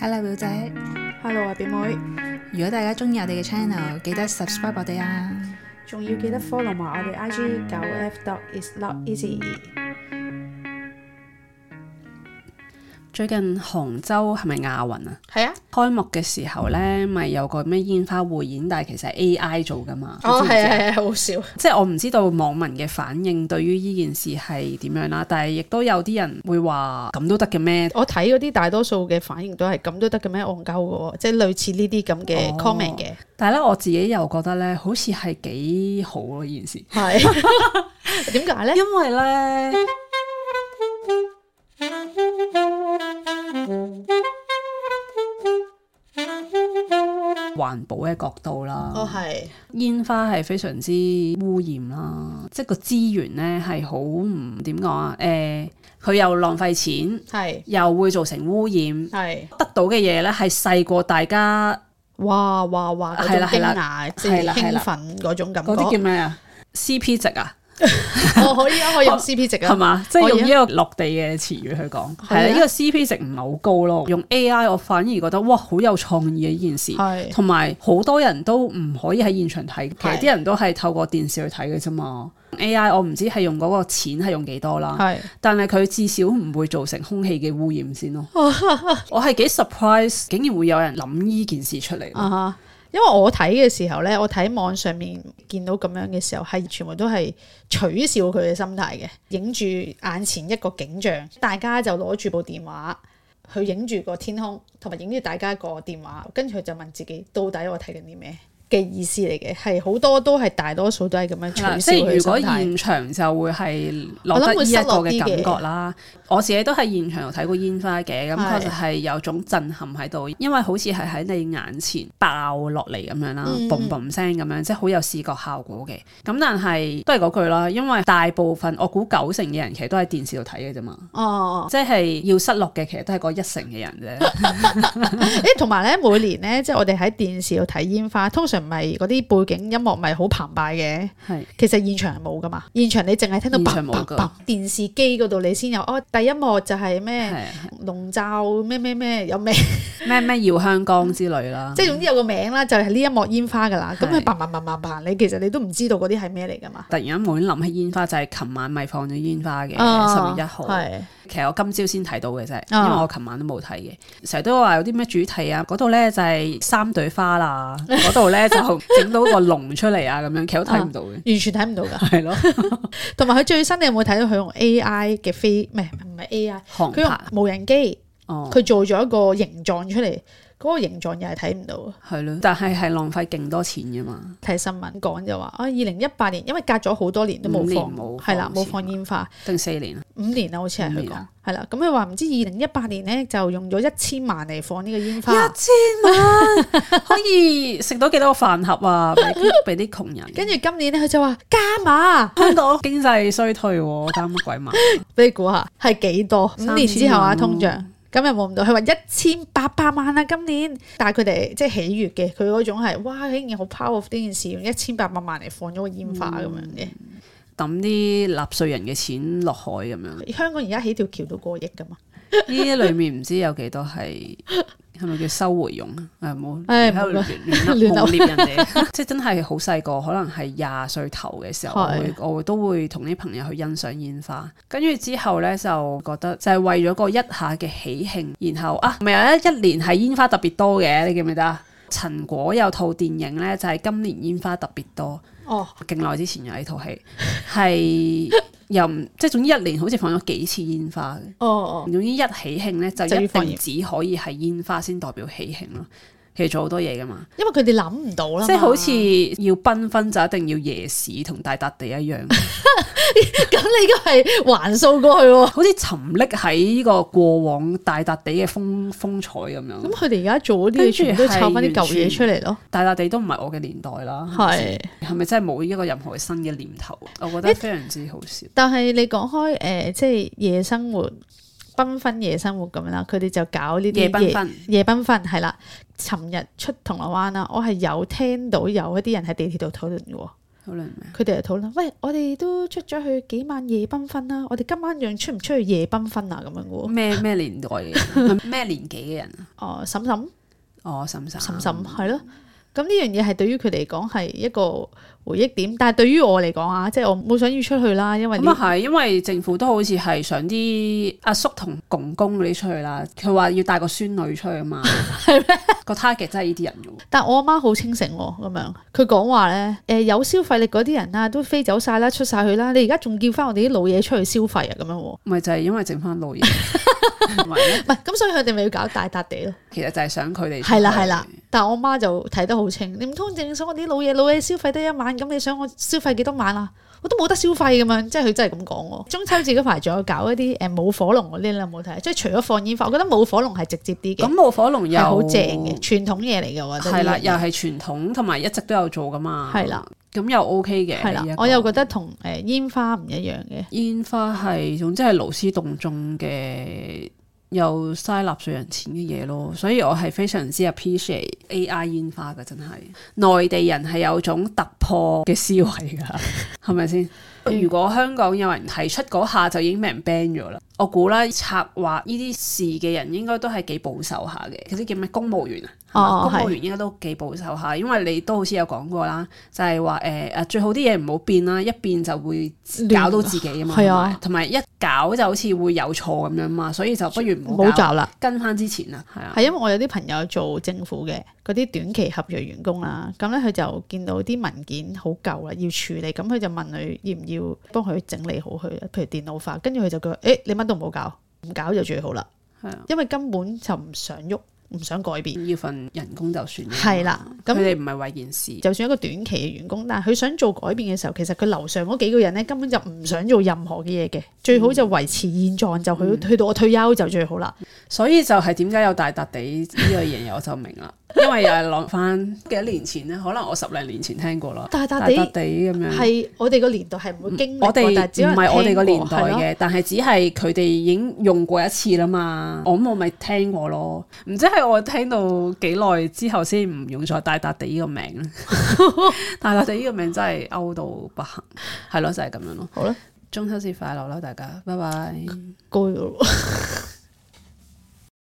Hello 表姐， Hello 啊，表妹，如果大家中意我哋嘅 channel，記得 subscribe 我哋啊！仲要記得 follow 埋我哋 IG 九 F dot is not easy。最近杭州係咪亞運啊？係啊，開幕嘅時候呢，咪有個咩煙花匯演，但係其實係 AI 做噶嘛。哦，你知唔知係啊，係啊，好笑。即係我唔知道網民嘅反應對於呢件事係點樣啦，但係亦都有啲人會話咁都得嘅咩？我睇嗰啲大多數嘅反應都係咁都得嘅咩？戇鳩嘅喎，即係類似呢啲咁嘅哦 comment 嘅，但係咧我自己又覺得呢，好似係幾好咯呢件事，係 點解咧？因為呢，環保嘅角度啦。哦，係煙花係非常之污染啦，即係個資源呢係好唔點講啊？誒、佢又浪費錢，係又會造成污染，係，得到嘅嘢呢係細過大家哇哇哇嗰係啦種係驚啦訝，即係係啦係興啦奮嗰種感覺嗰。啲叫咩啊？CP 值啊， 我可以啊，我用 CP 值係啊，嘛？即係可以用啊呢個落地嘅詞語去講，係係啦，啊呢個 CP 值唔係好高咯。用 AI 我反而覺得哇，好有創意啊！呢件事。係同埋好多人都唔可以喺現場睇，其實係啲人都係透過電視去睇嘅啫嘛。AI 我唔知係用嗰個錢係用幾多啦，係但係佢至少唔會造成空氣嘅污染先咯。哦我係幾 surprise，竟然會有人諗呢件事出嚟。啊哈。因為我睇嘅時候咧，我睇網上面見到咁樣嘅時候，係全部都係取笑佢嘅心態嘅，影住眼前一個景象，大家就攞住部電話去影住個天空，同埋影住大家個電話，跟住佢就問自己到底我睇緊啲咩嘅意思嚟嘅，係好多都係大多數都係咁樣取係笑啦即係佢嘅如心果態。現場就會係落我諗得呢會一失個落啲嘅感嘅覺啦。我自己都喺現場有睇過煙花嘅，咁係確實係有種震撼喺度，因為好似係喺你眼前爆落嚟咁樣啦，嗯嘣嘣聲咁樣，即係好有視覺效果嘅。咁但係都係嗰句啦，因為大部分我估九成嘅人其實都喺電視度睇嘅啫嘛，哦，即係要失落嘅其實都係嗰一成嘅 人啫。誒，同埋咧，每年咧，即係我哋喺電視度睇煙花，通常咪嗰啲背景音樂咪好澎湃嘅。係其實現場係冇噶嘛，現場你淨係聽到現砰場冇砰㗎砰，電視機嗰度你先有哦。第一幕就係啊咩係嗯籠罩咩咩咩有名，咩咩耀香江之類啦， 即係總之有個名啦，就係呢一幕煙花噶啦。咁佢係砰砰砰砰砰，你其實你都唔知道嗰啲係咩嚟噶嘛。突然間無端諗起煙花，就係琴晚咪放咗煙花嘅啊十月一號。係其實我今朝先睇到嘅啫，因啊為我琴晚都冇睇嘅。成日都話有啲咩主題啊，嗰度咧就係三朵花啦，嗰度咧就 整到個龍出嚟啊，咁樣其實都睇唔到嘅，完全睇唔到 㗎。係咯，同埋佢最新你有冇睇到佢用 AI 嘅飛，唔係唔係 AI，航佢用拍無人機，哦，佢做咗一個形狀出嚟，嗰、個形狀又係睇唔到㗎。係咯，但係係浪費勁多錢噶嘛，睇新聞講就話啊，二零一八年因為隔咗好多年都冇五年放，冇放係啦冇先放煙花，定四年啊， 五年啦好似係五佢年講啊，係啦。咁佢話唔知二零一八年咧就用咗一千萬嚟放呢個煙花，可以食到幾多個飯盒啊？俾啲俾啲窮人，跟住今年咧佢就話加碼，香港經濟衰退喎，加乜鬼嘛？俾你估下係幾多？五三年千之後啊萬咯通脹。今日冇唔到，佢話一千八百萬啦今年，但係佢哋即係喜悅嘅，佢嗰種係哇竟然好 power of 呢件事，用一千八百萬嚟放咗個煙花咁樣嘅。抌啲納税人嘅錢落海 咁樣，呢香港而家起條橋都過億㗎嘛。啲裡面唔知有幾多係係咪叫收回用啊？誒冇，唉喺度冇亂 亂亂噏噏亂人哋， 即係真係好細個，可能係廿歲頭嘅時候，我係會我會都會同啲朋友去欣賞煙花，跟住之後呢，就覺得就係為咗個一下嘅喜慶，然後啊，咪有一一年係煙花特別多嘅，你記唔記得啊？陳果有套電影呢，就係、今年煙花特別多。哦，勁耐之前有呢套戲，係又唔 即係總之一年好似放咗幾次煙花嘅。哦哦，總之一喜慶咧就就一要放定只可以係煙花先代表喜慶咯。其實做好多嘢噶嘛，因為佢哋諗唔到啦嘛，即係好似要繽紛就一定要夜市同大笪地 一樣， 咁你而家係還數過去喎。好似沉溺喺呢個過往大笪地嘅風風采咁咁啊樣。佢哋而家做嗰啲嘢，全部都抄翻啲舊嘢出嚟咯。大笪地都唔係我嘅年代啦，係，係咪真係冇呢一個任何新嘅念頭？我覺得非常之好笑。但係你講開誒、呃即係夜生活、繽紛夜生活咁樣啦，佢哋就搞呢啲夜繽紛夜繽紛係啦。尋日出銅鑼灣啦，我係有聽到有一啲人喺地鐵度討論嘅喎，好啦，佢哋就討論，喂，我哋都出咗去幾晚夜繽紛嗯啦，我哋今晚仲出唔出去夜繽紛啊？咁樣嘅喎。咩咩年代嘅人咩年紀嘅人啊？哦嬸嬸哦，沈沈嬸嬸係咯。咁呢樣嘢係對於佢嚟講係一個回憶點，但係對於我嚟講啊，即係我冇想要出去啦，因為咁呢啊係，因為政府都好似係想啲阿叔同公公嗰啲出去啦，佢話要帶個孫女出去 啊嘛，係咩？個 target 真係呢啲人嘅喎，但我阿媽好清醒喎、咁樣佢講話咧，誒、有消費力嗰啲人啊，都飛走晒啦，出晒去啦，你而家仲叫翻我哋啲老嘢出去消費啊，咁樣喎、咪就係因為剩 翻老嘢，唔係咧唔係咁，所以佢哋咪要搞大笪地咯，其實就係想佢哋出去係啦係啦。但我媽就睇得好清，你唔通淨想我啲老嘢老嘢消費得一晚，咁你想我消費幾多晚啊？我都冇得消費咁樣，即係佢真係咁講喎。中秋節嗰排仲有搞一啲誒冇火龍嗰啲，你有冇睇？即係除咗放煙花，我覺得冇火龍係直接啲嘅，咁冇火龍又係好正嘅傳統嘢嚟嘅，我覺得呢係啦，樣嘢又係傳統，同埋一直都有做噶嘛。係啦，咁又 OK 嘅。係啦呢一，個我又覺得同誒煙花唔一樣嘅。煙花係總之係勞師動眾嘅，又嘥納稅人錢嘅嘢咯。所以我係非常之 appreciate AI 煙花嘅，真係內地人係有種突破嘅思維㗎， 係咪先？嗯如果香港有人提出嗰下就已經俾人 ban 咗啦，我估啦策劃呢啲事嘅人應該都係幾保守下嘅，嗰啲叫咩公務員啊？係嘛哦公務係員應該都幾保守下，因為你都好似有講過啦，就係話誒誒最好啲嘢唔好變啦，一變就會搞到自己啊嘛，係啊同埋同埋一搞就好似會有錯咁樣嘛，所以就不如唔嗯冇好搞，就啦，跟翻之前啊，係啊，係因為我有啲朋友做政府嘅嗰啲短期合約員工啦，咁咧佢就見到啲文件好舊啦，要處理，咁佢就問佢要唔要幫佢整理好佢，譬如電腦化，跟住佢就佢誒、欸你乜都唔好搞，唔搞就最好啦，係啊，因為根本就唔想喐，唔想改變，要份人工就算啦係啦，佢咁。哋唔係為件事，就算一個短期嘅員工，但係佢想做改變嘅時候，其實佢樓上嗰幾個人咧根本就唔想做任何嘅嘢嘅，最嗯好就維持現狀，就去、去到我退休就最好啦。所以就係點解有大笪地呢類型嘢我就明啦， 因為又係攞翻幾多年前咧，可能我十零年前聽過啦，大笪大地笪地咁樣。係啊我哋個年代係唔會經歷過，嗯我但哋係只有唔人係我哋個聽年過代，係咯嘅，但係只係佢哋已經用過一次啦嘛。我咁我咪聽過咯，唔知係我聽到幾耐之後先唔用再大笪地呢個名 咧。大笪地呢個名真係勾到不行，係咯就係咁樣咯。好啦，中秋節快樂啦，大家，拜拜。高咗咯